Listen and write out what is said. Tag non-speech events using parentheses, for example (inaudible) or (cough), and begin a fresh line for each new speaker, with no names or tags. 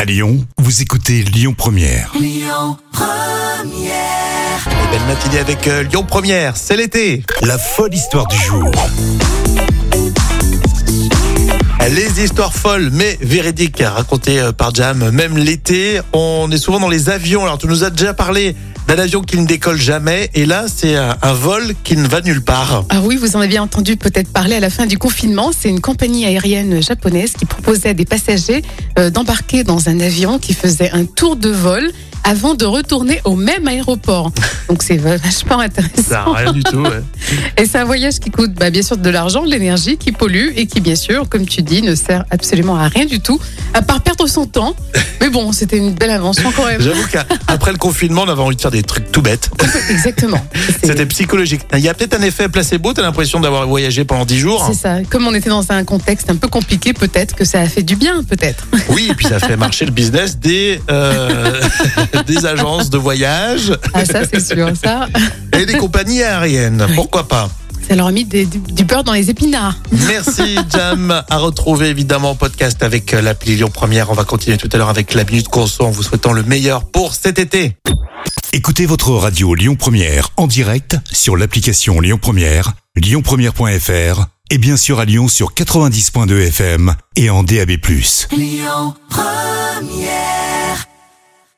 À Lyon, vous écoutez Lyon Première.
Et belle matinée avec euh, Lyon Première, c'est l'été.
La folle histoire du jour.
Les histoires folles mais véridiques racontées euh, par Jam, même l'été, on est souvent dans les avions. Alors tu nous as déjà parlé d'un avion qui ne décolle jamais et là c'est un, un vol qui ne va nulle part.
Ah oui, vous en avez entendu peut-être parler à la fin du confinement. C'est une compagnie aérienne japonaise qui proposait à des passagers euh, d'embarquer dans un avion qui faisait un tour de vol avant de retourner au même aéroport. Donc c'est vachement
Ça
intéressant.
rien du tout.
(laughs)
ouais.
Et c'est un voyage qui coûte bah, bien sûr de l'argent, de l'énergie, qui pollue et qui bien sûr, comme tu dis, ne sert absolument à rien du tout, à part perdre son temps. Mais bon, c'était une belle invention quand même.
J'avoue qu'après le confinement on avait envie de faire des trucs tout bêtes.
Exactement. C'est-
C'était psychologique. Il y a peut-être un effet placebo, t'as l'impression d'avoir voyagé pendant 10 jours.
C'est ça. Comme on était dans un contexte un peu compliqué, peut-être que ça a fait du bien, peut-être.
Oui, et puis ça fait marcher le business des, euh, (laughs) des agences de voyage
Ah ça, c'est sûr. Ça,
et des compagnies aériennes. Pourquoi pas
ça leur a mis des- du, du beurre dans les épinards.
Merci Jam à retrouver évidemment en podcast avec euh, l'appli Lyon Première. On va continuer tout à l'heure avec la minute conso en vous souhaitant le meilleur pour cet été.
Écoutez votre radio Lyon Première en direct sur l'application Lyon Première, lyonpremière.fr et bien sûr à Lyon sur 90.2 FM et en DAB+.